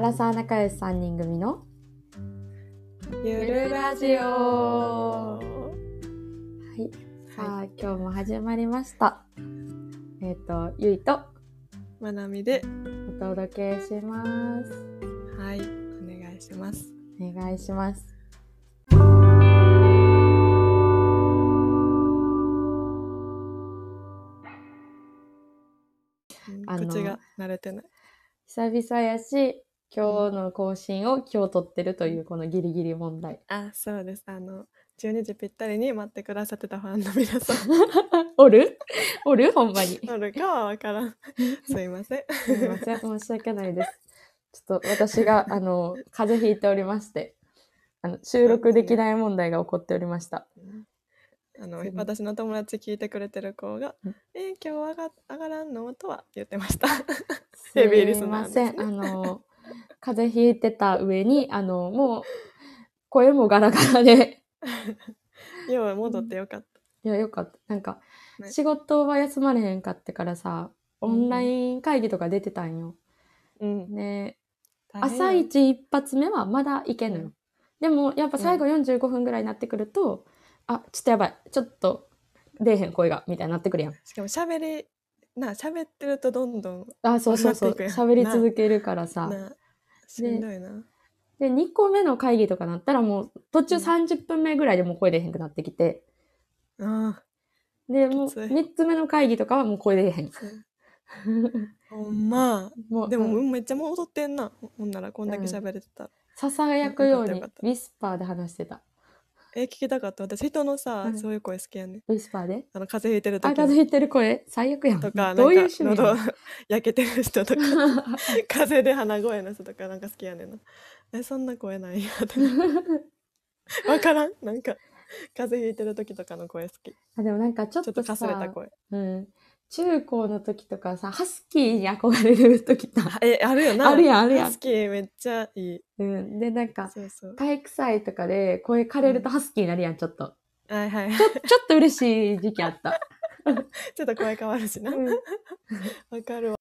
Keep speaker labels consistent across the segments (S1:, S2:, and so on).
S1: ラサー仲良し3人組の
S2: ゆるラジオ
S1: はいさあ、今日も始まりましたえっ、とゆいと
S2: まなみで
S1: お届けします
S2: はいお願いします
S1: お願いしますあの
S2: 口が慣れてない
S1: 久々やし今日の更新を今日撮ってるというこのギリギリ問題
S2: あそうですあの12時ぴったりに待ってくださってたファンの皆さん
S1: おるおるほんまに
S2: おるかはわか らんすいません
S1: すみません、申し訳ないです。ちょっと私が、あの、風邪ひいておりまして、あの、収録できない問題が起こっておりました。
S2: あの
S1: すいませ
S2: 私の友達聞いてくれてる子が
S1: うん
S2: 「えー今日上が上がらんの?」とは言ってました
S1: す
S2: ヘビーリ
S1: み
S2: スナー
S1: ま
S2: ですね
S1: せん、あの、風邪ひいてた上に、あの、もう、声もガラガラで、
S2: よう戻ってよかっ
S1: いや、よかった。なんか、
S2: ね
S1: 仕事は休まれへんかってからさ、オンライン会議とか出てたんよ。
S2: た、うん
S1: ね
S2: 大変
S1: 朝一一発目はまだいけんのよ、
S2: う
S1: でもやっぱ最後45分ぐらいになってくると、あちょっとやばいちょっと出えへん声がみたいになってくるやん
S2: しかも喋りな喋ってるとどんどん
S1: あそうそうそう
S2: なっていくやん
S1: 喋り続けるからさ
S2: なしんどいな、
S1: で2個目の会議とかなったらもう途中
S2: うん
S1: 30分目ぐらいでもう声出えへんくなってきて
S2: あ
S1: でもう
S2: きつい
S1: 3つ目の会議とかはもう声出えへん
S2: あほんま
S1: もう
S2: でも、
S1: うん
S2: めっちゃ戻ってんなほほんならこんだけ喋れてたら、
S1: ささやくよう
S2: よ
S1: に
S2: かったよかった
S1: ウィスパーで話してた
S2: え聞きたかった私人のさ、
S1: うん
S2: そういう声好きやねん
S1: ウィスパーで
S2: あの風邪ひいてる
S1: あ風
S2: 時の
S1: 邪ひいてる声最悪やん
S2: とかなんか
S1: どういう趣味
S2: 喉
S1: や
S2: 焼けてる 人とか
S1: ねん
S2: 風邪で鼻声の人とかなんか好きやねんなえそんな声ないやって 分からんなんか風邪ひいてる時とかの声好きち
S1: あでもなんかちょっ
S2: ょっ
S1: と
S2: とか
S1: さ
S2: すれた声
S1: うん、中高の時とかさハスキーに憧れる時とか、
S2: えあるよな
S1: あるやんあるやん
S2: 好きめっちゃいい
S1: うん、でなんか
S2: そうそう
S1: 体育祭とかで声枯れるとハスキーになるやんちょっと
S2: はいはい
S1: ちょちょっと嬉しい時期あった、
S2: ちょっと声変わるしな。
S1: うん
S2: わかるわ。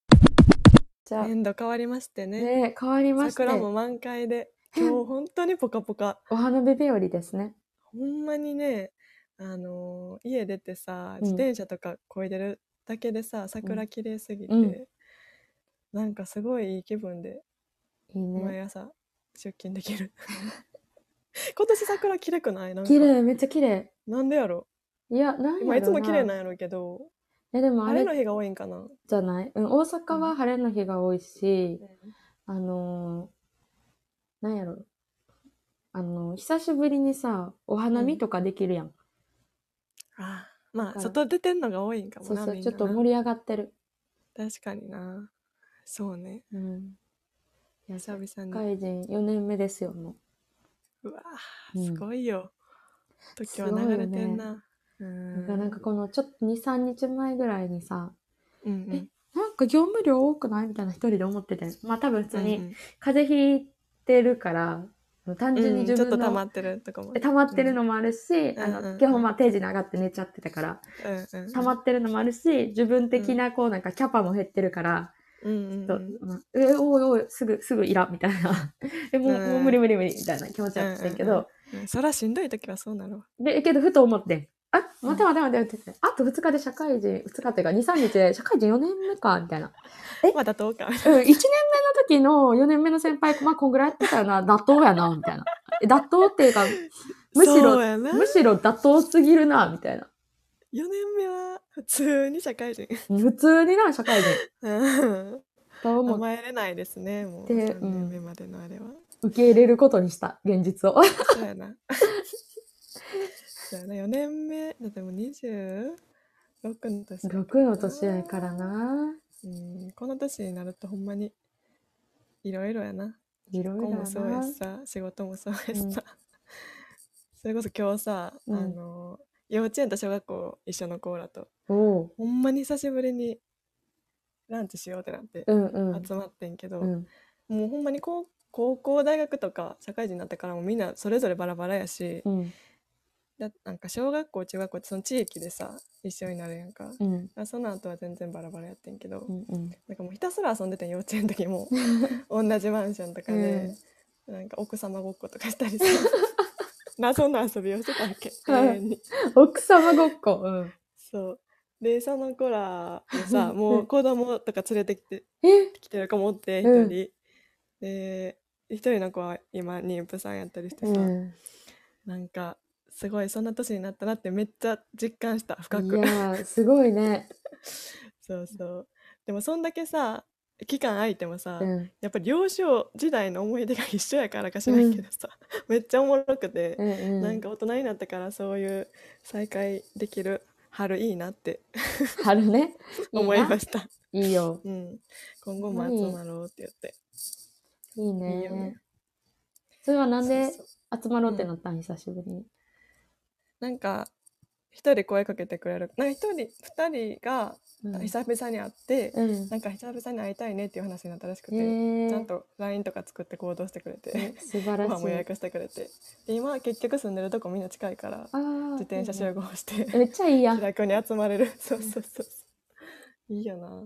S1: じゃあ
S2: 年度変わりましてね。
S1: ね変わりまして
S2: 桜も満開で、今日本当にポカポカ。
S1: お花火日和ですね
S2: ほんまにね、あのー家出てさ、
S1: うん
S2: 自転車とかこいでるだけでさ、桜綺麗すぎて、
S1: うん
S2: なんかすごいいい気分で、
S1: いいね
S2: 毎朝出勤できる。 今年桜綺麗くないなんか
S1: 綺麗めっちゃ綺麗
S2: なんでやろ
S1: いやなんやろ
S2: まあいつも綺麗な
S1: い
S2: んやろうけど、
S1: やでもあ
S2: 晴れ
S1: れ
S2: の日が多いんかな。
S1: じゃない、うん、大阪は晴れの日が多いし、あのー、なんやろあのー久しぶりにさお花見とかできるやん
S2: あーま
S1: だか
S2: あ、
S1: ら
S2: 外出てんのが多いんかも
S1: そ
S2: な。
S1: うそ
S2: み
S1: う、
S2: ん
S1: ち
S2: な
S1: ょっと
S2: な
S1: 盛り上がってる。
S2: 確かになそうね
S1: うん。いや、
S2: 久
S1: 社
S2: 々
S1: 会
S2: に
S1: 人4年目ですよ、も
S2: うわ
S1: う
S2: ー
S1: ん
S2: すごいよ、時は
S1: すごいよね
S2: 流れてんな、
S1: う。
S2: うん
S1: だからなんかこのちょっと2、3日前ぐらいにさ、
S2: うんうん、
S1: えなんか業務量多くないみたいな一人で思ってて。まあ多分普通
S2: うんう
S1: に
S2: ん
S1: 風邪ひいてるから、単純に
S2: うん
S1: 自
S2: ちょっと
S1: 分の、
S2: 溜まってるとかも
S1: え溜まってるのもあるし、
S2: ん
S1: あ
S2: うんうんう
S1: の、
S2: ん
S1: 基本まあ定時に上がって寝ちゃってたから、
S2: うんうん
S1: 溜まってるのもあるし、自分的なこうなんかキャパも減ってるから、
S2: うんうん
S1: ち
S2: う
S1: ょっ
S2: ん
S1: とまあえ、おいおい、すぐ、すぐいら、みたいな。え、もう、
S2: うん
S1: もう無理無理無理、みたいな気持ちはしてんけど、
S2: うんうんうんそらしんどい時はそうなの
S1: で、けど、ふと思ってん。あ、待て待て待て待て。あと2日で社会人、2日っていうか、2、3日で社会人4年目か、みたいな。え
S2: まだどうか
S1: うん、1年目の時の4年目の先輩、まあ、こんぐらいやってたよな、妥当やな、みたいな。え妥当っていうか、むし
S2: そう
S1: ろ、
S2: やな4
S1: むしろ妥当すぎるな、みたいな。
S2: 年目は普通に社会人
S1: 普通にな、社会人。
S2: うん
S1: と思う。
S2: 甘えれないですねもう
S1: で
S2: 3年目までのあれは、
S1: 受け入れることにした、現実 を。
S2: そうやな。そうやな、4年目、だってもう26の年。
S1: 6の年やからな。
S2: うん、この年になるとほんまに、いろいろやな。
S1: いろいろ
S2: 学校
S1: や
S2: もそうや
S1: な
S2: し。さ、仕事も そうやしさ。
S1: うん
S2: それこそ今日さ、
S1: うん
S2: あの、幼稚園と小学校一緒の子らと、
S1: おう。
S2: ほんまに久しぶりにランチしようってなって
S1: うんうん。
S2: 集まってんけど、
S1: うん。
S2: もうほんまに高高校、大学とか社会人になってからもみんなそれぞれバラバラやし、
S1: うん。
S2: だなんか小学校中学校ってその地域でさ一緒になるやんか
S1: うん
S2: あその後は全然バラバラやってんけど、
S1: うんうん
S2: なんかもうひたすら遊んでてん幼稚園の 時も同じマンションとかで、なんか奥様ごっことかしたりさ謎の遊びをしてたわけ 永
S1: はい
S2: 遠に
S1: 奥様ごっこ、うん、
S2: そうでその子らもさもう子供とか連れてきて
S1: え
S2: 来てる子もおって一人、
S1: うん
S2: で一人の子は今妊婦さんやったりしてさ、
S1: うん
S2: なんかすごいそんな年になったなってめっちゃ実感した深
S1: い
S2: く
S1: やーすごい ね、
S2: そうそうでもそんだけさ期間空いてもさ、
S1: うん
S2: やっぱり幼少時代の思い出が一緒やからかしないけどさ、 めっちゃおもろくて
S1: う、んうん、
S2: なんか大人になったからそういう再会できる春いいなって
S1: 春ねいい
S2: 思
S1: ない
S2: ました
S1: いいよ
S2: うん、今後も集まろうって言って、
S1: いいね
S2: いいよね
S1: それはなんで
S2: そうそう
S1: 集まろうってなったん久しぶりに
S2: なんか一人声かけてくれるなんか一人二人が
S1: うん
S2: 久々に会って、
S1: うん
S2: なんか久々に会いたいねっていう話になったらしくて、
S1: え
S2: ちゃんと LINE とか作って行動してくれて、
S1: 素晴
S2: ご
S1: ら
S2: 飯
S1: し
S2: も予
S1: い
S2: 約してくれてで今は結局住んでるとこみんな近いから
S1: あー
S2: 自転車
S1: いい
S2: 集
S1: ね
S2: 合して、
S1: めっちゃいいやん
S2: 気
S1: や
S2: 楽に集まれるそうそうそうそういいよな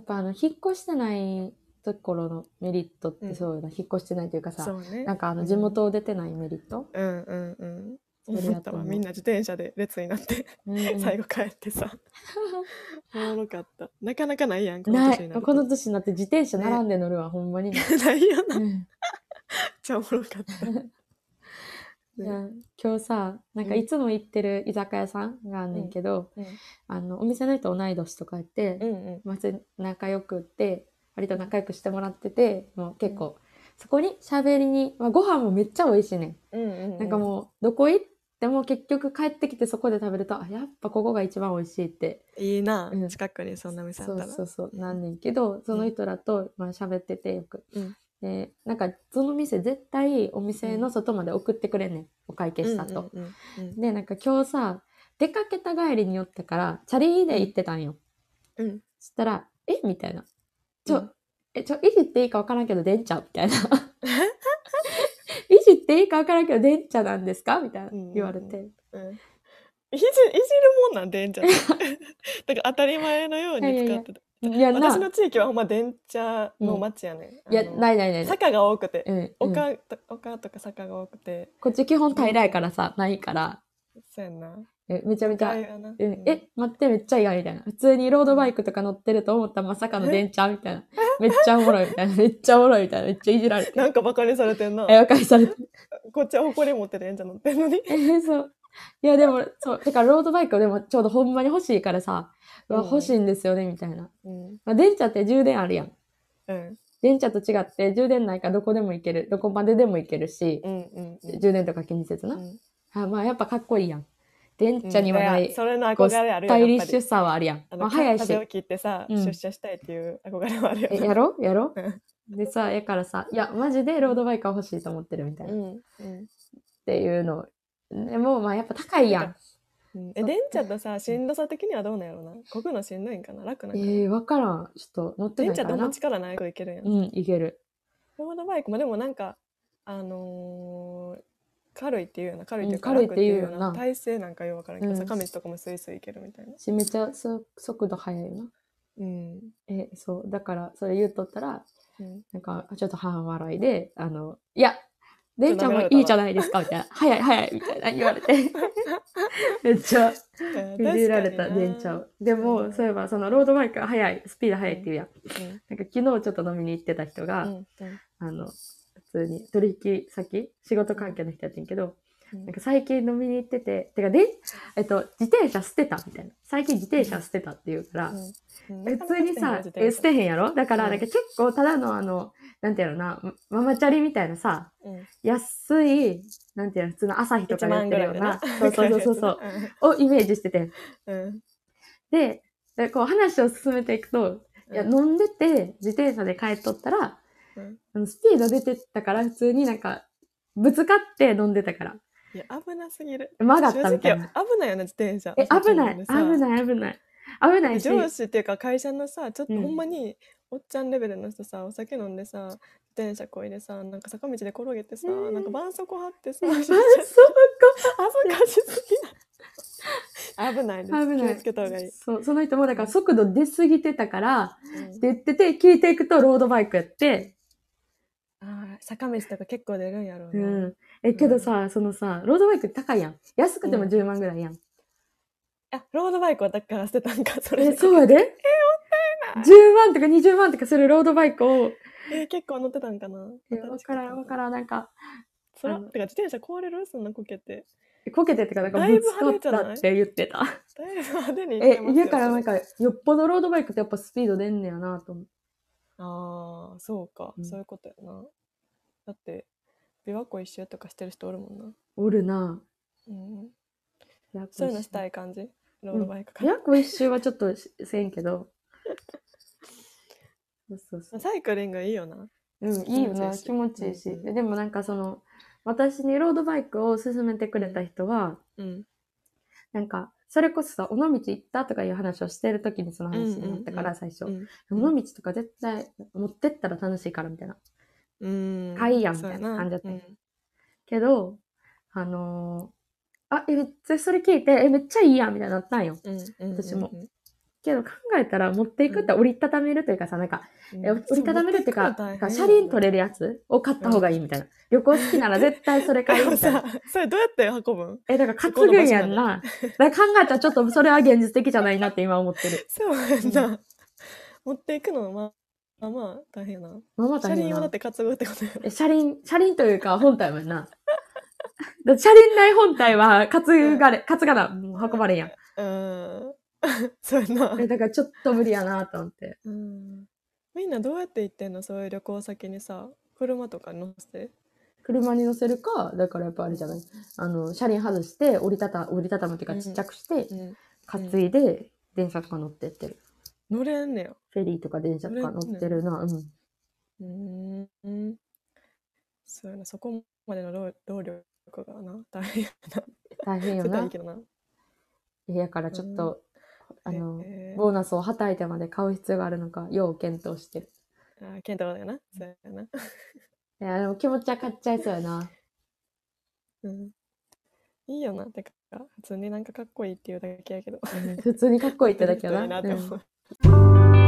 S1: っぱあの引っ越してないところのメリットってそうよな、引っ越してないというかさ
S2: そうね
S1: なんかあの地元を出てないメリット、
S2: うんうんうん
S1: それ
S2: 思
S1: や
S2: っ
S1: と
S2: た
S1: 思
S2: わ
S1: う
S2: みんな自転車で列になって
S1: うんうん
S2: 最後帰っ てさおもろかったなかなかないやんこの
S1: な
S2: 年に
S1: い
S2: なる
S1: ことの年になって自転車並んで乗るわ、ほんまに、
S2: ないよな
S1: う
S2: めっ
S1: ん
S2: ちゃおもろか った、ね
S1: いや今日さなんかいつも行ってる居酒屋さんがあんねんけど、
S2: うんうん
S1: あのお店の人同い年とかやって、
S2: うんうん
S1: まず仲良くって割と仲良くしてもらっててもう結構、そこに喋りに、まあ、ご飯もめっちゃ美味しいねん、
S2: うんうん
S1: なんかもうどこ行っても結局帰ってきてそこで食べるとあやっぱここが一番美味しいって
S2: いいな、
S1: うん
S2: 近くにそんな店あ
S1: そ
S2: っ
S1: う
S2: たら
S1: そうそうなんねんけどその人らと、まあ喋っててよく、
S2: うん
S1: でなんかその店絶対お店の外まで送ってくれんねん、お会計したと、
S2: うんうんうん
S1: でなんか今日さ出かけた帰りに寄ったからチャリで行ってたんよ、
S2: うんうん
S1: そしたら「えみたいな「ちょ、
S2: うん
S1: えちょいじっていいか分からんけど出んちゃう」みた いな「いじっていいか分からんけど出んちゃなんですか?」みたいな
S2: うんうんうん
S1: 言われて、
S2: うんいじいじるもんなん電車って だから当たり前のように使ってた
S1: いやな
S2: 私の地域はほんま電車の町やね、ん、
S1: いやないないないない、
S2: 坂が多くて、
S1: うんうん、
S2: 丘と丘とか坂が多くて
S1: こっち基本平らやからさないから
S2: そうやんな
S1: えめちゃめちゃ
S2: 外やな、
S1: う
S2: うんん
S1: え、待って、めっちゃ意外みたいな。普通にロードバイクとか乗ってると思ったらまさかの電車みたいな。めっちゃおもろいみたいな。めっちゃおもろいみたいな。めっちゃいじられて。
S2: なんかバカにされてんな
S1: え、ばかりされて。
S2: こっちは誇り持ってる電車乗ってん のに
S1: え、そう。いや、でも、そう。だからロードバイクでもちょうどほんまに欲しいからさ、うわ
S2: うん
S1: 欲しいんですよね、みたいな。
S2: うん
S1: まあ、電車って充電あるやん。
S2: うん
S1: 電車と違って充電ないからどこでも行ける。どこまででも行けるし、
S2: うんうんうん
S1: 充電とか気にせずな。
S2: うん
S1: あまあ、やっぱかっこいいやん。電車にはな
S2: や
S1: い、
S2: それの
S1: こう
S2: 憧れあ
S1: ス
S2: る
S1: タイリ
S2: や
S1: ッ
S2: っぱ
S1: シュ
S2: り
S1: さはあるやん。ま
S2: あの
S1: あ、早いし
S2: 風。を切ってさ、
S1: うん
S2: 出社したいっていう憧れもあるよ
S1: え
S2: ね
S1: やろやろ
S2: うん
S1: でさ、やからさ、いや、マジでロードバイクは欲しいと思ってるみたいな。
S2: う
S1: っ
S2: んうん
S1: ていうのを。でも、まあやっぱ高いやん。
S2: うんえ電車とさしんどさ的にはどうなんやろうなこぐのしんどいんかな楽なん
S1: え
S2: かな
S1: ー、わからん。ちょっと乗ってな
S2: 電
S1: いか
S2: 車
S1: ら
S2: ど
S1: な
S2: の。力ないといけるやん
S1: うん、いける。
S2: ロードバイクもでもなんかあのー軽いっていうような軽いっていうか
S1: うん軽いっていうような
S2: 楽体勢なんかよくわからんけど、
S1: うん
S2: 坂道とかもスイスイ行けるみたいな
S1: し、めっちゃそ速度速いよな。
S2: うん、
S1: え、そう。だから、それ言っとったら、
S2: うん、
S1: なんか、ちょっと半笑いで、あの、いや、電車もいいじゃないですか、みたいな。早い早い、みたいな言われ て。めっちゃ。
S2: 確
S1: 見
S2: かに
S1: せられた
S2: な
S1: 電車をでもそういえばそのロードバイクが速いスピード速いっていうやん
S2: うん
S1: なんか昨日ちょっと飲みに行ってた人が、
S2: うんうん
S1: あの普通に取引先仕事関係の人やってんけど
S2: うん
S1: なんか最近飲みに行ってててかで、えっと、自転車捨てたみたいな最近自転車捨てたっていうから、
S2: うん
S1: 普通にさ
S2: 自
S1: え
S2: 転
S1: 捨
S2: 車
S1: てへんやろだから
S2: うん
S1: なんか結構ただのあのなんていうのなママチャリみたいなさ
S2: うん
S1: 安いなんていうの普通の朝日とか
S2: 1
S1: でやってるよ
S2: 万ぐらい
S1: う
S2: で
S1: な
S2: な
S1: そうそうそうそうそうを イメージしててん
S2: うんうん
S1: ででこう話を進めていくと、
S2: うん
S1: いや飲んでて自転車で帰っとったら、
S2: うん
S1: あのスピード出てったから普通になんかぶつかって飲んでたから
S2: いや危なすぎる
S1: 曲がっ
S2: 正
S1: た
S2: 直
S1: み
S2: 危
S1: たいな。
S2: ないよな自転車
S1: え危ない危
S2: い
S1: ない危ない危ないし
S2: 上司っていうか会社のさちょっと
S1: うん
S2: ほんまにおっちゃんレベルの人さお酒飲んでさ電車こいでさなんか坂道で転げてさ、
S1: うん
S2: なんか絆創膏貼って さ
S1: 絆
S2: 恥
S1: 創
S2: ずか
S1: 膏
S2: しすぎない危ないです
S1: 危ない
S2: 気をつけた方がいい、
S1: そう、その人もだから速度出過ぎてたから、
S2: うん
S1: って言ってて、聞いていくとロードバイクやって、
S2: あー坂道とか結構出るんやろう
S1: う
S2: な、
S1: ん。え、けどさ、そのさ、ロードバイク高いやん。安くても
S2: うん
S1: 10万ぐらいやん。
S2: あロードバイクはだから捨てたんかそれ
S1: え、そうやでえ、もったいない。10万とか20万とかするロードバイクを、
S2: えー結構乗ってたんかな
S1: えわからんわからん、なんか、
S2: そら
S1: あの
S2: てか自転車壊れるそんなこけて
S1: こけてってか、なんか
S2: だ
S1: ぶ
S2: いぶ
S1: つか
S2: 派手じゃ
S1: っ
S2: ない
S1: たって言ってた。
S2: だいぶ派手に行って
S1: え
S2: ま、すよ
S1: 家からなんか、よっぽどロードバイクってやっぱスピード出んねやなと思って。
S2: ああそうか、
S1: うん
S2: そういうことやなだって琵琶湖一周とかしてる人おるもんな、
S1: おるな
S2: うん、
S1: ぁ。
S2: そういうのした
S1: い。
S2: い感じロードバイクか
S1: 琵
S2: ら、
S1: 琶湖一周はちょっとしせんけ ど。そうそうそう。
S2: サイクリングいいよな
S1: うん、いいよな、
S2: 気
S1: 気
S2: 持
S1: 持
S2: ち
S1: ち
S2: い
S1: い
S2: い
S1: い
S2: し
S1: し。
S2: うんうん
S1: ででもなんかその、私にロードバイクを勧めてくれた人は、
S2: うん
S1: なんか、それこそさ、尾道行ったとかいう話をしてる時にその話になったから、最初。
S2: う
S1: 尾
S2: ん
S1: 道とか絶対持ってったら楽しいからみたいな。
S2: うん
S1: 買いやんみ
S2: そう
S1: た
S2: や
S1: いな感じだった
S2: う
S1: よ
S2: ん
S1: けど、あのーあ、え、めっちゃそれ聞いて、え、めっちゃいいやんみたいになったんよ。
S2: うんうんうん
S1: 私もけど考えたら持っていくって折りたためるというかさ、なんか、
S2: うん
S1: え折りたためるっていうか、なんか車輪取れるやつを買った方がいいみたいな。旅行好きなら絶対それ買
S2: で
S1: う
S2: も
S1: みたいな
S2: さ。それどうやって運ぶん
S1: え、だから担ぐんやんな。だから考えたらちょっとそれは現実的じゃないなって今思ってる。
S2: そうやんな、持っていくのまあまあ大変やな
S1: ママ
S2: 車
S1: 大変
S2: 輪をだ
S1: な
S2: っ。て担ぐってことやろ
S1: え、車輪、車輪というか本体もやんな。だ から車輪ない本体は担がれ、担がな、もう運ばれんやん。
S2: うーん そうやな
S1: え、だからちょっと無理やなと思って。
S2: うんみんなどうやって行ってんのそういう旅行先にさ車とか乗せて
S1: 車に乗せるか、だからやっぱあれじゃない。あの、車輪外して、折りたた、折りたたむっていうか
S2: うん
S1: ちっちゃくして、
S2: ん
S1: 担いで、電車とか乗ってってる。
S2: 乗れんねや
S1: フェリーとか電車とか乗ってるな。うん。
S2: うーんそうやなそこまでの労労力が な大変やな
S1: 大変
S2: そ
S1: よ
S2: れとは
S1: ない
S2: い。けどな
S1: いやからちょっと、あの、
S2: えー
S1: ボーナスをはたいてまで買う必要があるのか、要検討してる。
S2: あー健太郎だよなそうやな、
S1: いや、でも気持ちは買っちゃいそうやな。
S2: うん、いいよなてか普通になんかかっこいいっていうだけやけど
S1: うん普通にかっこいいってだけ
S2: い
S1: や
S2: い
S1: な。
S2: なって思う、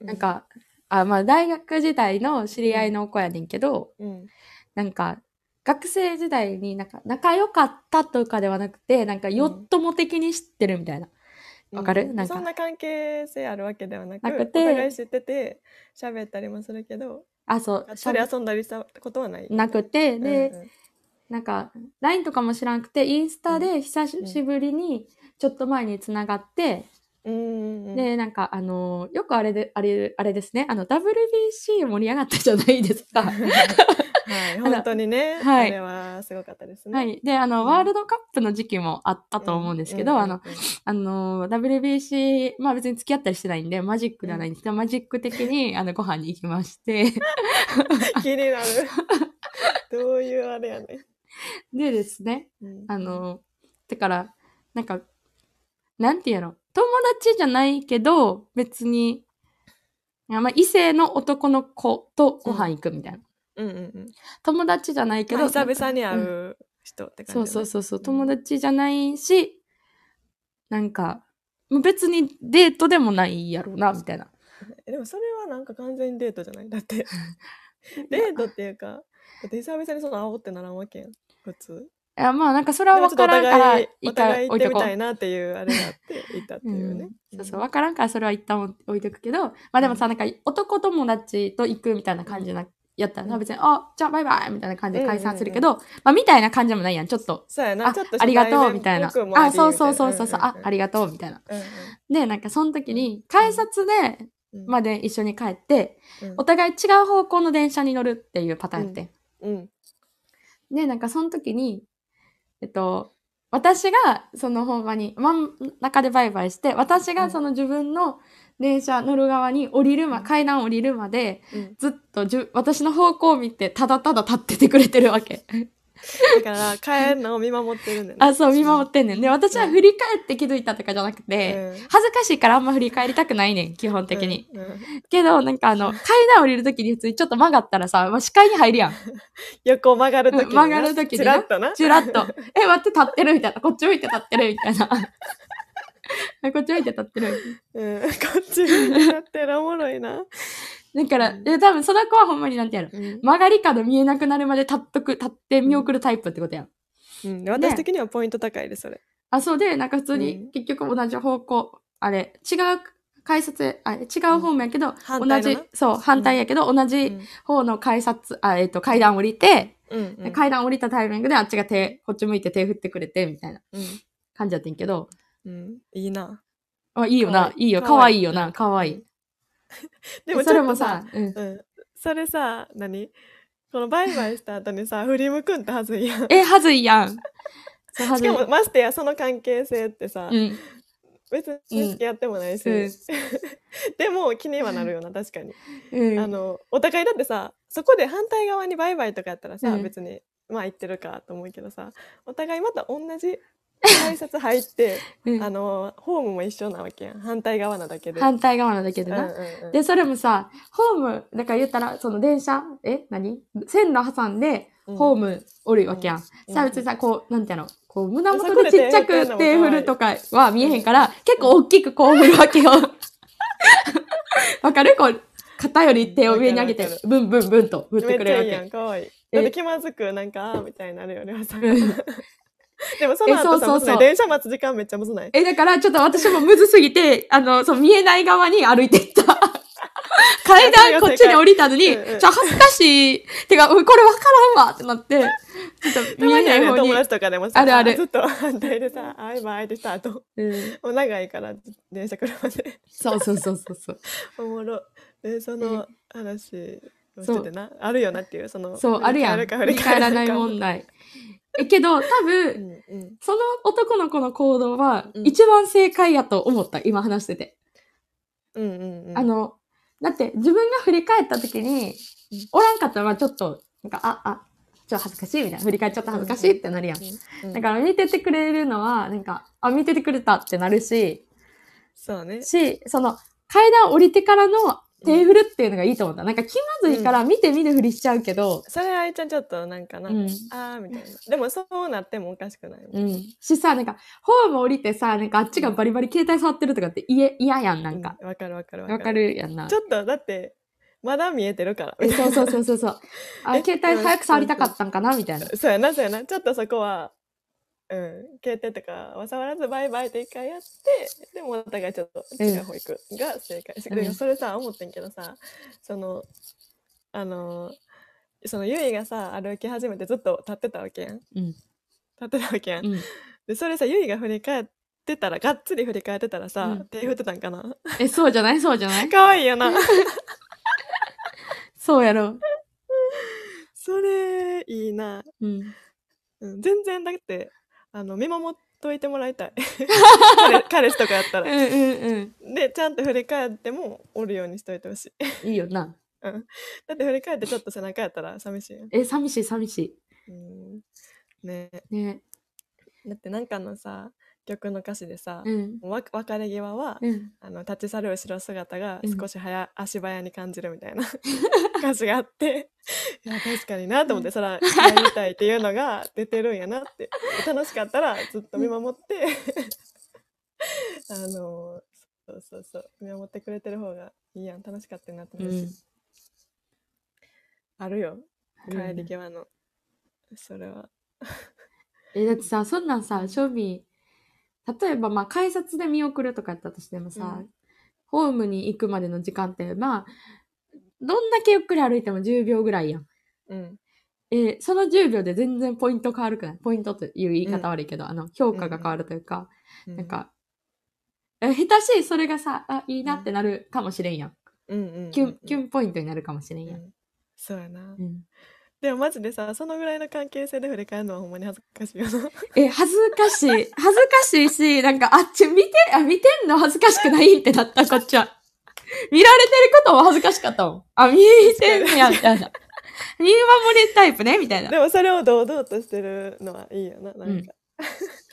S1: うんなんか、あ、まあ大学時代の知り合いの子やねんけど、
S2: うん、
S1: なんか、学生時代になんか仲良かったとかではなくて、なんかヨットも的に知ってるみたいな。わかる
S2: うん
S1: なんか
S2: そんな関係性あるわけではなく
S1: なく
S2: お
S1: て
S2: 互い知ってて喋ったりもするけど
S1: あ、そう
S2: が、っ
S1: しゃ
S2: つり
S1: べ
S2: 遊んだりしたことはない
S1: なくて、で、
S2: うんうん
S1: なんか、LINE とかも知らなくて、インスタで久しぶりに、ちょっと前につながって、
S2: うんうんうん
S1: で、なんか、あのーよくあれで、あれ、あれですね、あの、WBC 盛り上がったじゃないですか。
S2: はい、
S1: の
S2: 本当にね、
S1: はい
S2: あれはすごかったですね。
S1: は、い。で、あ
S2: うん
S1: の、ワールドカップの時期もあったと思うんですけど、あの、、あの、WBC、まあ別に付き合ったりしてないんで、マジックではないんですけど、マジック的 に、あの、ご飯に行きまして、
S2: 気になる。 どういうあれやね
S1: でですね、
S2: ん。
S1: あ、の、だから、なんか、なんていうの、友達じゃないけど、別に、あまあ、異性の男の子とご飯行くみたいな。
S2: うんうんうん。
S1: 友達じゃないけ
S2: ま
S1: ど、
S2: あ久々に会
S1: ん
S2: う人って感じ、
S1: そうそうそうそう、
S2: うん
S1: 友達じゃないし、なんか、もう別にデートでもないやろうな、みたいな。
S2: う。でもそれはなんか完全にデートじゃない だって。デートっていうか、だって久々にその会おうってならんわけやん。普通。
S1: いや、まあなんかそれ
S2: で
S1: は
S2: もち
S1: 分
S2: ょっと
S1: か
S2: お
S1: らんから、
S2: 互い
S1: 一、
S2: お互
S1: 回
S2: い行
S1: 置
S2: っ
S1: いと
S2: てみ
S1: こ
S2: た
S1: う
S2: い。なっていうあれがあって、行ったっていうね。
S1: うんそうそう、分からんからそれは一旦置いとくけど、まあでもさ、なんか男友達と行くみたいな感じな、やったら
S2: う
S1: さ、
S2: ん
S1: 別に、あ、じゃあバイバイみたいな感じで解散するけど、まあみたいな感じでもないやん、ちょっと。
S2: そうやな、
S1: あ
S2: ちょっと
S1: ありがとうみたいな。あ、そうそうそうそう、うあ、あ
S2: り
S1: りがとうみたいな。
S2: がと
S1: で、なんかその時に、改札で、
S2: うん。
S1: まで一緒に帰って、
S2: うん
S1: お互い違う方向の電車に乗るっていうパターンやってん。
S2: うん、
S1: で、なんかその時に、えっと、私がそのほんまに真ん中でバイバイして、私
S2: う
S1: が
S2: ん
S1: その自分の電車乗る側に降りるま、
S2: うん
S1: 階段降りるまで、
S2: うん
S1: ずっとじゅ私の方向を見て、ただただ立っててくれてるわけ。
S2: だから帰るのを見守ってるんだよね
S1: あ、そう、見守ってんねん。で、私は振り返って気づいたとかじゃなくて、
S2: うん
S1: 恥ずかしいからあんま振り返りたくないねん、基本的に。
S2: うんうん
S1: けど、なんかあの、階段降りるときに普通にちょっと曲がったらさ、まあ、視界に入るやん。
S2: 横曲がる時にな
S1: 曲がる時にな
S2: チラッとな
S1: チラッと。え、待って、立ってるみたいな。こっち向いて立ってるみたいな。 えこっち向いて立ってるみたい
S2: うん、こ っちになってるおもろいな、
S1: な。だから、え、多分その子はほんまになんてやる。
S2: うん
S1: 曲がり角見えなくなるまで立っとく、立って見送るタイプってことやん。
S2: うん、私的にはポイント高いですそれ
S1: あ、そうで、なんか普通に
S2: うん
S1: 結局同じ方向、あれ、違う改札、あれ違う方面やけど、
S2: 反
S1: 同
S2: 対の
S1: じ
S2: な、
S1: そう、反対やけど、同じ方の改札、あ、えっ、と、階段降りて、
S2: うんうん
S1: 階段降りたタイミングであっちが手、こっち向いて手振ってくれて、みたいな
S2: うん
S1: 感じやってんけど、
S2: うん、いいな
S1: あいいよな
S2: かわ、いい
S1: いいよ、
S2: か
S1: か
S2: わ
S1: わ
S2: い
S1: い
S2: い
S1: いよな、かわいい。
S2: でもちょっと
S1: それもさ、うん
S2: うん、それさ何このバイバイした後にさ振り向くんってはずいやん
S1: え、はずい やん。そう、は
S2: し
S1: ずい。
S2: かもましてやその関係性ってさ、
S1: うん。
S2: 別に付き合ってもないし、
S1: うん
S2: でも気にはなるよな確かに、
S1: うん。
S2: あのお互いだってさそこで反対側にバイバイとかやったらさ、
S1: うん
S2: 別にまあ言ってるかと思うけどさお互いまた同 じ挨拶入って
S1: うん
S2: あのホームも一緒なわけやん反対側なだけで。
S1: 反対側なんだけどな。
S2: うんうんうん
S1: で、それもさ、ホーム、だから言ったら、その電車、え何線路挟んで、
S2: うん
S1: ホームおるわけやん。
S2: うん
S1: さあ、別にさ、こう、なんてやろ、こう、胸
S2: そ
S1: 元
S2: こ
S1: で
S2: で
S1: ちっちゃく手振るとかは見えへんから、結構大きくこう振るわけよ。 わかるこう、肩より手を上に上げて
S2: わかるわ、
S1: ブンブンブンと振っ
S2: め
S1: て
S2: っ
S1: く
S2: ち
S1: れ
S2: ゃ
S1: る
S2: いいや
S1: わ
S2: んかわいい。
S1: え
S2: だって気まずくなんかあーみたいになるよりはさ
S1: け。うん
S2: でもその後さ
S1: えそうそうそう
S2: むずない電車待つ時間めっちゃむずない
S1: え、だから、ちょっと私もむずすぎて、あの、そう、見えない側に歩いてった。 階
S2: いや
S1: 段
S2: そ
S1: こ
S2: れが正解
S1: っちに降りたのに、
S2: うんうん
S1: ちょ、恥ずかしい。てか、うんこれわからんわってなって、ちょっと
S2: た
S1: 見
S2: ま
S1: え
S2: に
S1: な
S2: あ
S1: い
S2: るや
S1: 方
S2: ん
S1: に
S2: 友。達とかでもさ
S1: あるある
S2: ずっと反対でさあいばあいでした後
S1: うん
S2: もう長いから電車車で
S1: そうそうそうそうそう。
S2: おもろでその話をしててなあるよなっていうその
S1: そう、あるやん。
S2: 振り返
S1: 振
S2: る
S1: り
S2: か
S1: 返らない問題。え、けど、多
S2: う
S1: 分、
S2: んうん
S1: その男の子の行動は
S2: う、ん
S1: 一番正解やと思った。今話してて。
S2: うんうんうん
S1: あの、だって自分が振り返った時に
S2: うん、
S1: おらんかったらまあちょっと、なんか、あ、あ、ちょっと恥ずかしいみたいな。振り返っちゃった恥ずかしいってなるやん。
S2: うん
S1: だから見ててくれるのは、なんか、あ、見ててくれたってなるし、
S2: そうね
S1: し、その、階段降りてからのテーブルっていうのがいいと思った。なんか気まずいから見て見ぬふりしちゃうけど、
S2: それあいちゃんちょっとなんかな、
S1: うん
S2: あーみたいなでもそうなってもおかしくない、
S1: うん。しさ、なんか、ホーム降りてさ、なんかあっちがバリバリ携帯触ってるとかって嫌嫌やん、なんか。
S2: うわかるわかるわか
S1: わ
S2: る
S1: かるやんな
S2: ち。ょっとだってまだ見えてるから
S1: えそうそうそうそうそう。あ、
S2: え
S1: 携帯早く触りたかったんかなみたいな。
S2: そうやな、そうやな。ちょっとそこは、うん、携帯とかは触らずバイバイって一回やって、でもお互いちょっと違う保育が正解。
S1: うん
S2: でもそれさ、思ってんけどさ、その、あの、そのゆいがさ、歩き始めてずっと立ってたわけやん。
S1: うん
S2: 立ってたわけやん。
S1: うん。
S2: で、それさ、ゆいが振り返ってたら、がっつり振り返ってたらさ、
S1: うん
S2: 手振ってたんかな。
S1: え、そうじゃないそうじゃない
S2: かわいいよな。
S1: そうやろ。
S2: それ、いいな。
S1: うん。
S2: うん、全然だって、あの、見守っといてもら いたい。彼彼氏とかやった
S1: うんう
S2: ら。
S1: んうん。
S2: でちゃんと振り返ってもおるようにしといてほしい
S1: いいよな。
S2: だって振り返ってちょっと背中やったら寂しいやん
S1: え、寂しい寂し
S2: うんねえ
S1: い。ね。
S2: だってなんかのさ曲の歌詞でさ、
S1: うん。
S2: わ別れ際は、
S1: うん。
S2: あの立ち去る後ろ姿が
S1: うん
S2: 少し早、足早に感じるみ たいな歌詞があっていや確かになと思って、そら帰りたいっていうのが出てるんやなって楽しかったらずっと見守ってあのそうそうそう見守ってくれてる方がいいやん楽しかったなって
S1: う
S2: 思うし、
S1: ん。
S2: あるよ
S1: あ
S2: 帰
S1: るよね
S2: り際の、それは
S1: え、だってさ、そんなんさ、正味、例えば、まあ、改札で見送るとかやったとしてもさ、
S2: うん
S1: ホームに行くまでの時間って、まあ、どんだけゆっくり歩いても10秒ぐらいやん。
S2: うん
S1: えーその10秒で全然ポイント変わるくないポイントという言い方悪いけど、あの、評価が変わるというか、なんか、え下手しいそれがさ、あ、いいなってなるかもしれんやん。
S2: うんうんうんうん
S1: キュン、キュンポイントになるかもしれん
S2: う
S1: やん。
S2: んそうやな、
S1: うん、
S2: でもマジでさそのぐらいの関係性で振り返るのはほんまに恥ずかしいよな
S1: え、恥ずかしい。恥ずかしいし、なんか、あっち見て、あ、見てんの恥ずかしくないってなった、こっちは。見られてることも恥ずかしかったもん。あ、見えてんねや、みたいな。見守れタイプねみたいな。
S2: でもそれを堂々としてるのはいいよな、なんか。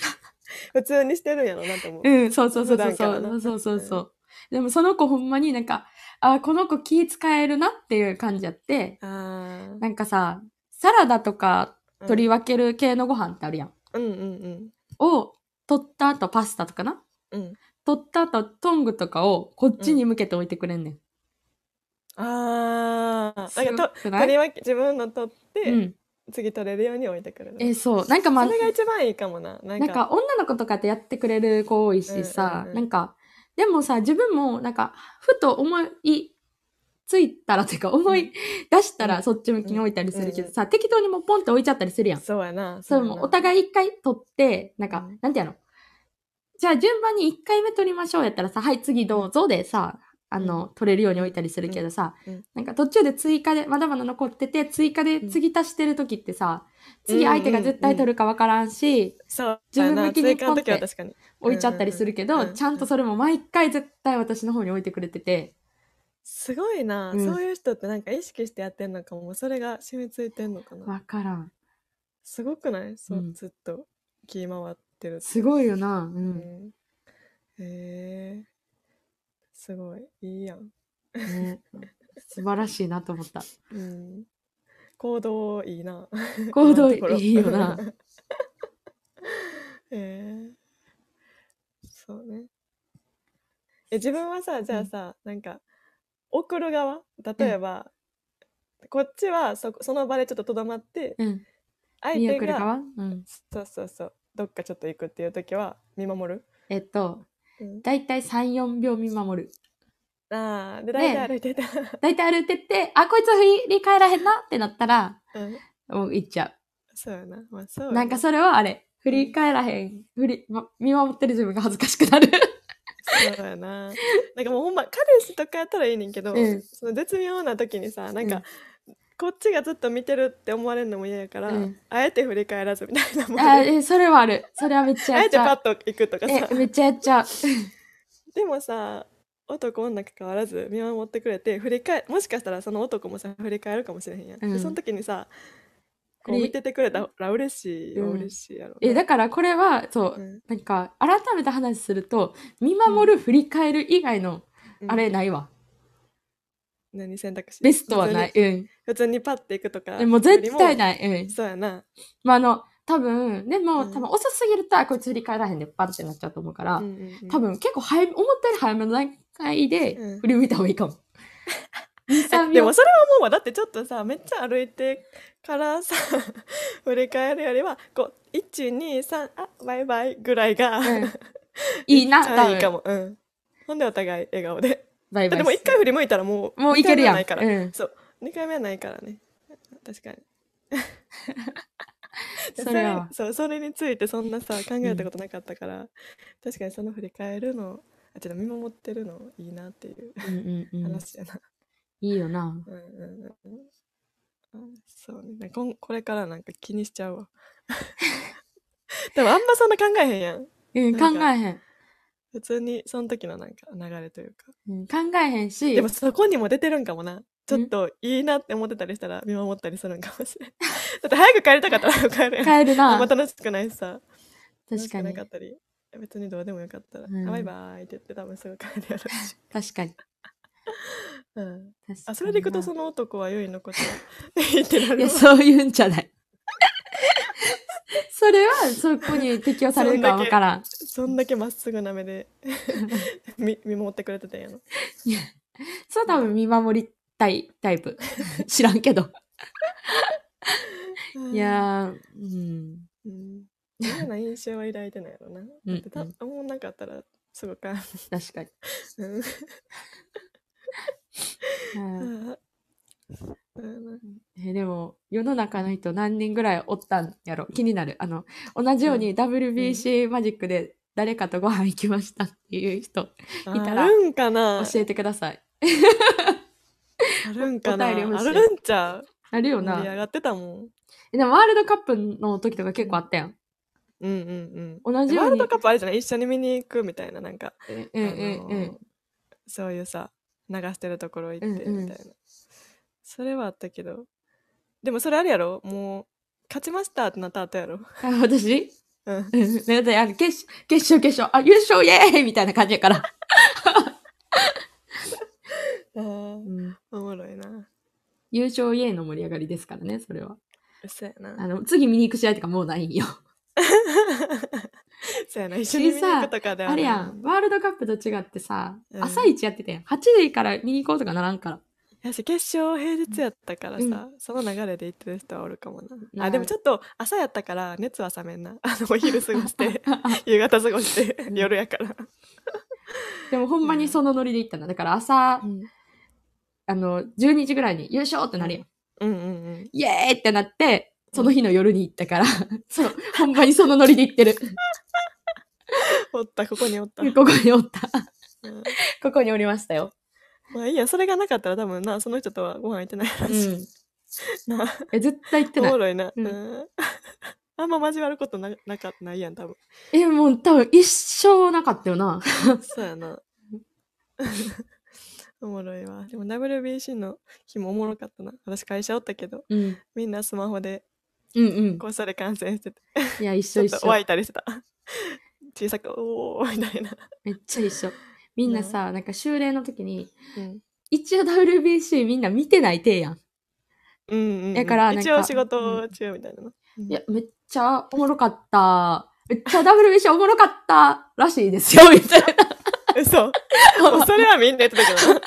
S2: 普通にしてるんやろなと思う。
S1: うん、そうそうそうそう
S2: 普段から
S1: そ
S2: な
S1: う。そうそうそう。でもその子ほんまになんか、あ、この子気使えるなっていう感じやって、
S2: あ
S1: なんかさ、サラダとか
S2: あ。
S1: 取り分ける系のご飯ってあるやん。
S2: うんうんうん
S1: を、取った後パスタとかな
S2: うん。
S1: 取った後トングとかをこっちに向けて置いてくれんねん。
S2: ああ。
S1: す
S2: なん
S1: ご
S2: かと
S1: くな
S2: 取
S1: い
S2: り分け、自分の取って、
S1: うん。
S2: 次取れるように置いてくるの。
S1: え、そう。なんかまあ
S2: そ、れが一番いいかもな。なん
S1: な
S2: か。
S1: んか女の子とかってやってくれる子多いしさ、
S2: うんうんうん
S1: なんか、でもさ、自分もなんか、ふと思いついたらというか、思い出した
S2: う
S1: ら
S2: ん
S1: そっち向きに置いたりするけ
S2: うんう
S1: どさ、適当にもうポンって置いちゃったりするやん。
S2: そうやな。
S1: それ
S2: うや
S1: も
S2: な
S1: お互い一回取って、なん
S2: う
S1: か
S2: ん、
S1: なんてやの。じゃあ順番に一回目取りましょうやったらさ、はい、次どうぞでさ、あの、取れるように置いたりするけどさ
S2: うんうん、
S1: なんか途中で追加で、まだまだ残ってて、追加で次足してる時ってさ、次相手が絶対取るかわからんし、
S2: そう。
S1: 自分向きに
S2: 追加の時は確かに。
S1: 置いちゃったりするけ
S2: うん
S1: ど、
S2: うんうん
S1: ちゃんとそれも毎回絶対私の方に置いてくれてて、
S2: すごいな、
S1: うん
S2: そういう人ってなんか意識してやってんのかも。それが染みついてんのかな。
S1: わからん。
S2: すごくないそう、
S1: うん
S2: ずっと気回ってるって。
S1: すごいよな。う。
S2: うんん。へえ。すごい。いいやん。
S1: ね、素晴らしいなと思った。
S2: うん。行動いいな。
S1: 行動
S2: 今のところ
S1: いいよ な。
S2: へえ。そうね。え、自分はさ、じゃあさ、なんか、送る側例えば、こっちはそ、その場でちょっととどまって、
S1: うん。
S2: 相
S1: 見
S2: 手
S1: 送る
S2: が、
S1: 側うん。
S2: そうそうそう、どっかちょっと行くっていう時は、見守る。
S1: えっと、
S2: うん
S1: だいたい3、4秒見守る。
S2: ああ、で、大体歩いてた。
S1: だいたい歩いてって、あ、こいつ振り返らへんなってなったら、
S2: うん。
S1: もう行っちゃ
S2: そうやな。まあ、そう
S1: う。
S2: や
S1: なんかそれはあれ、振り返らへん、振り、ま、見守ってる自分が恥ずかしくなる。
S2: そう やな。なんかもうほんま、彼氏とかやったらいいねんけど、
S1: うん
S2: その絶妙な時にさ、なんか、こっちがずっと見てるって思われるのも嫌やから、
S1: うん
S2: あえて振り返らずみたいなもん
S1: うん、
S2: で
S1: あ、
S2: あ
S1: え、それはある。それはめっち ゃや
S2: え
S1: ってち
S2: パ
S1: ゃう。
S2: ッと行くとかさ
S1: え、。めっちゃやっちゃう。
S2: でもさ、男女関わらず見守ってくれて、振り返、もしかしたらその男もさ、振り返るかもしれへんやん。
S1: うん
S2: でその時にさ、こう
S1: 振り
S2: 見ててくれたら嬉しい
S1: う
S2: よ、
S1: ん
S2: 嬉しいやろな。
S1: え、だからこれは、そう、
S2: うん
S1: なんか、改めて話すると、見守る、振り返る以外の、
S2: うん
S1: あれないわ。
S2: 何選択肢
S1: ベストはない。。うん。
S2: 普通に普通にパッて行くとか。
S1: でも絶対
S2: い。
S1: ない。うん。
S2: そうやな。
S1: まあ、あの、多分、でも、
S2: うん
S1: 多分遅すぎると、あこいつ振り返らへんで、パンってなっちゃうと思うから、
S2: うんうんうん
S1: 多分結構早い、思ったより早めの段階で
S2: うん、
S1: 振り向いた方がいい かも。2、3
S2: で
S1: 秒
S2: も。それは思うわだってちょっとさめっちゃ歩いてからさ 振り返るよりはこう123あバイバイぐらいが、
S1: うんいい な、
S2: ちゃ
S1: 多
S2: いいか
S1: 分。
S2: も、うん、ほんでお互い笑 顔で
S1: バイバイ。
S2: でも1回振り向いたらもう
S1: もういけるやん。
S2: 2回目はないから、
S1: うん。
S2: そう2回目はないからね確かに
S1: それは
S2: そうそれについてそんなさ考えたことなかったから、確かにその振り返るのあちょっと見守ってるのいいなっていう
S1: うんうんうん。
S2: 話やな、
S1: いいよな。
S2: うんうんうんうんそうねなんかこんこれからなんか気にしちゃうわでもあんまそんな考えへんやん
S1: うん、考
S2: なん
S1: えへ
S2: か
S1: ん。
S2: 普通にその時のなんか流れというか
S1: うん、考えへんし。
S2: でもそこにも出てるんかもなちょっといいなって思ってたりしたら見守ったりするんかもしれんだって早く帰りたかったら早く帰るやん
S1: 帰る
S2: あ
S1: な。
S2: んま楽しくないし
S1: 確
S2: さ
S1: か
S2: 楽し
S1: に
S2: くなか。ったり別にどうでもよかったら、
S1: うん
S2: あバイバーイって言って多分すぐ帰るやろう
S1: 確
S2: し、
S1: かに。
S2: うん、
S1: 確か
S2: あ
S1: に
S2: それでいくとそ
S1: な
S2: の男は良いのこと 言ってなる
S1: いや、
S2: わ
S1: そういうんじゃない。 それは、そこに適用されるかはわからん。
S2: そんだけまっすぐな目で見見守ってくれてたんやの。
S1: そう多分見守りたいタイプ。知らんけど。いやー、うん。
S2: うん、嫌な印象は抱いてないやろな。だってた
S1: うん
S2: 思わなかったらすぐか。
S1: 確かに。
S2: うん
S1: うん
S2: うん
S1: えでも、世の中の人何人ぐらいおったんやろ気になる。あの、同じように WBC マジックで誰かとご飯行きましたっていう人、
S2: あ
S1: いたら
S2: あるんかな
S1: 教えてください。
S2: あるんかな
S1: お
S2: あ
S1: 便り欲しい
S2: るんちゃう
S1: なるよ
S2: 盛り上
S1: な。
S2: がってたもん。
S1: えでも、ワールドカップの時とか結構あったやん。
S2: うんうん
S1: 同
S2: う
S1: じ
S2: ん。
S1: よ
S2: ワ
S1: う
S2: ール
S1: に。
S2: ドカップあれじゃない一緒に見に行くみたいな、なんか、
S1: うんうん
S2: あ
S1: う
S2: の
S1: ん
S2: ー。そういうさ、流してるところ行ってみたいな。
S1: うんうん
S2: それはあったけど、でもそれあるやろもう勝ちましたってなった後やろ
S1: あ私
S2: うん
S1: うんだってあの決勝、決勝、決勝、あ、優勝イエーイみたいな感じやから。
S2: あーおもろいな
S1: 優勝イエーイの盛り上がりですからね、それは。
S2: そうや
S1: あ
S2: な
S1: の、次見に行く試合とかもうないんよ。
S2: そうやな一緒に見に行くとかで
S1: あれやん、ワールドカップと違ってさ、
S2: うん
S1: 朝一やってたやん。8時から見に行こうとかならんから。
S2: やし決勝平日やったからさ、その流れで行ってる人はおるかもな
S1: な
S2: あ
S1: る
S2: でもちょっと朝やったから熱は冷めんな あのお昼過 ごして夕方過ごして 夜やから、
S1: でもほんまにそのノリで行ったんだ。だから朝、
S2: うん、
S1: あの、12時ぐらいに優勝ってなるやん。
S2: うんうん
S1: イエーイってなって、その日の夜に行ったから、 そう、ほんまにそのノリで行ってる。
S2: おったここにおった、
S1: ここにおった。
S2: うん
S1: ここにおりましたよ。
S2: まあいいやそれがなかったら多分なその人とはご飯行ってないら
S1: う
S2: しい、
S1: ん。
S2: なあ
S1: え、絶対行って
S2: お
S1: ない
S2: も。ろいな、
S1: う
S2: うんん、 あんま交わることななかないやん多分
S1: え、もう多分一生なかったよな。
S2: そうやな おもろいわでも WBC の日もおもろかったな私会社おったけど
S1: うん。
S2: みんなスマホで
S1: うんうん。
S2: こっそり観戦してて
S1: いや、一
S2: ち
S1: 緒
S2: ょっ
S1: 一
S2: と
S1: 緒
S2: 湧。いたりしてた。 小さく、おーみたいな。
S1: めっちゃ一緒。みんなさ、なんか修例の時に、
S2: うん
S1: 一応 WBC みんな見てないてやん。
S2: うんうん。
S1: だからなんか
S2: 一応仕事中みたいなの。
S1: いや、めっちゃおもろかった。めっちゃ WBC おもろかったらしいです よ、みたいな。
S2: 嘘。そうそれはみんな言ってたけどな。 よ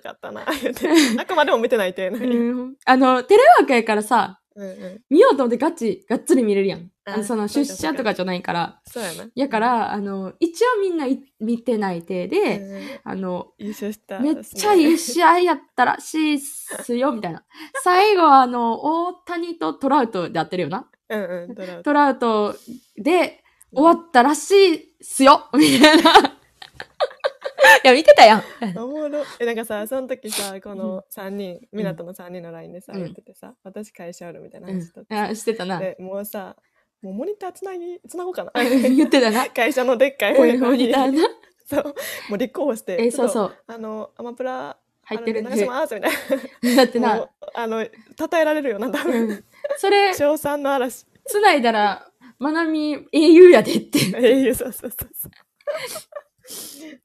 S2: かったな、言って。あくまでも見てないって。うんうん
S1: うんあの、テレワークやからさ、
S2: うん。
S1: 見ようと思ってガチ、がっつり見れるやん。
S2: あ
S1: あのその
S2: そう
S1: 出
S2: か
S1: 社とかじゃないから。
S2: そうやな。
S1: やか
S2: うん、
S1: ら、あの、一応みんない見てないてで、あの、
S2: 優勝した。
S1: めっちゃいい。試合やったらしいっすよ、みたいな。最後は、あの、大谷とトラウトで合ってるよな。
S2: うんうん。ドラウト
S1: トラウトで終わったらしいっすよ、 みたい な。いや、見てたやん。
S2: おもろえなんかさその時さこの3人湊の3人の LINE でさ、
S1: うん
S2: 言っててさ私会社あるみたいな
S1: う
S2: 話
S1: ん
S2: しとっ、て、
S1: あしてたな。
S2: でもうさもうモニターつなぎつなごうかな
S1: 言ってたな。
S2: 会社のでっかい
S1: モ
S2: モニ
S1: ニタ
S2: ターに
S1: ーな。
S2: そうもう立候補して
S1: え、そう
S2: う
S1: そう。
S2: あのアマプラ
S1: 入ってる
S2: あの流し
S1: ね。
S2: ますみたい
S1: だって
S2: なも
S1: な
S2: う。あの称えられるよな多
S1: う
S2: 分
S1: んそれ、
S2: 称賛の嵐
S1: つないだら、まなみ英雄やでって。
S2: ええそうそうそうそう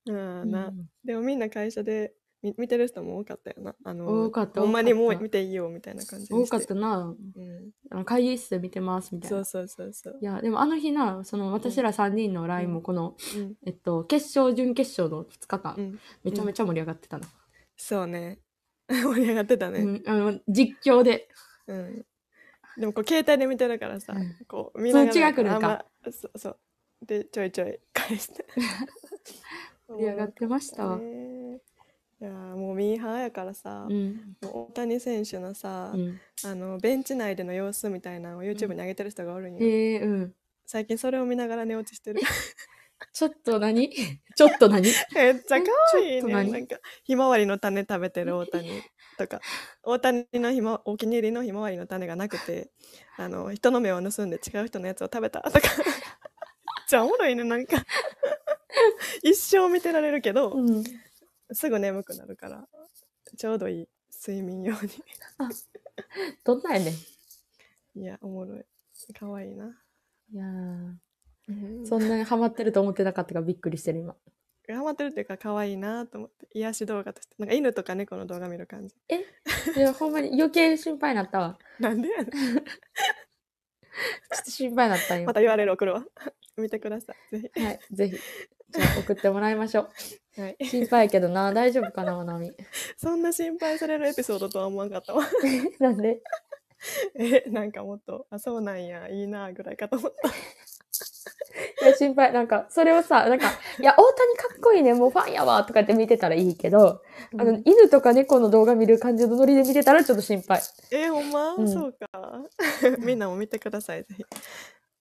S2: うんな、
S1: うん
S2: でもみんな会社でみ見てる人も多かったよなあの
S1: 多かった。
S2: ほんまにも
S1: 多
S2: う
S1: かっ
S2: 見ていいよみたいな感じ
S1: た
S2: に
S1: 多
S2: し
S1: か
S2: て
S1: ったな。
S2: うん、
S1: あの会議室で見てますみたいな。
S2: そうそうそうそう
S1: いや、でもあの日な、その私ら3人の LINE もこの、
S2: うん、
S1: えっと、決勝、準決勝の2日間、
S2: うん、
S1: めちゃめちゃ盛り上がってたな。
S2: そうね 盛り上がってたね、
S1: うん、あの実況で。
S2: うんでもこう携帯で見てるからさ、
S1: うん
S2: こう見ながら
S1: そっちが来るんか
S2: あんまそうそうでちょいちょい返して
S1: 盛り上がってましたわ。
S2: ねいやーもうミーハーやからさ、
S1: うん。
S2: もう大谷選手のさ、
S1: うん
S2: あのベンチ内での様子みたいなのを YouTube に上げてる人がおるんよ、
S1: へえうん。
S2: 最近それを見ながら寝落ちしてる
S1: ちょっと 何ちょっと何
S2: めっちゃ可愛い
S1: ちょっと
S2: ね
S1: 何
S2: なんかひまわりの種食べてる大谷 とか大谷のひまお気に入りのひまわりの種がなくてあの人の目を盗んで違う人のやつを食べたとかめっちゃおもろいねなんか一生見てられるけど、
S1: うん。
S2: すぐ眠くなるからちょうどいい睡眠用に
S1: どんなんやねん。
S2: いや、おもろい。かわいいな。
S1: いやーそ
S2: そ
S1: んなにハマってると思ってなかったからびっくりしてる今。
S2: うハマってるっていうか、かわいいなと思って、癒し動画として、なんか犬とか猫の動画見る感じ。
S1: いや、ほんまに余計心配になったわ。
S2: なんでやね
S1: ちょっと心配になった
S2: ん
S1: 今。
S2: また URL 送るわ。 見てください。ぜ
S1: はい、ぜひ。じゃあ送ってもらいましょ。。
S2: ひ。はいう
S1: 心配やけどな、大丈夫かな、まなみ。
S2: そんな心配されるエピソードとは思わんかったわ。
S1: なんで
S2: え、なんかもっと、あ、そうなんや、いいなぐらいかと思った。
S1: いや、心配。なんか、それをさ、なんか、いや、大谷かっこいいね、もうファンやわ、とかって見てたらいいけど、あ
S2: う
S1: の
S2: ん、
S1: 犬とか猫の動画見る感じのノリで見てたらちょっと心配。
S2: え、ほんま、
S1: うん
S2: そうか。みんなも見てください。ぜひ。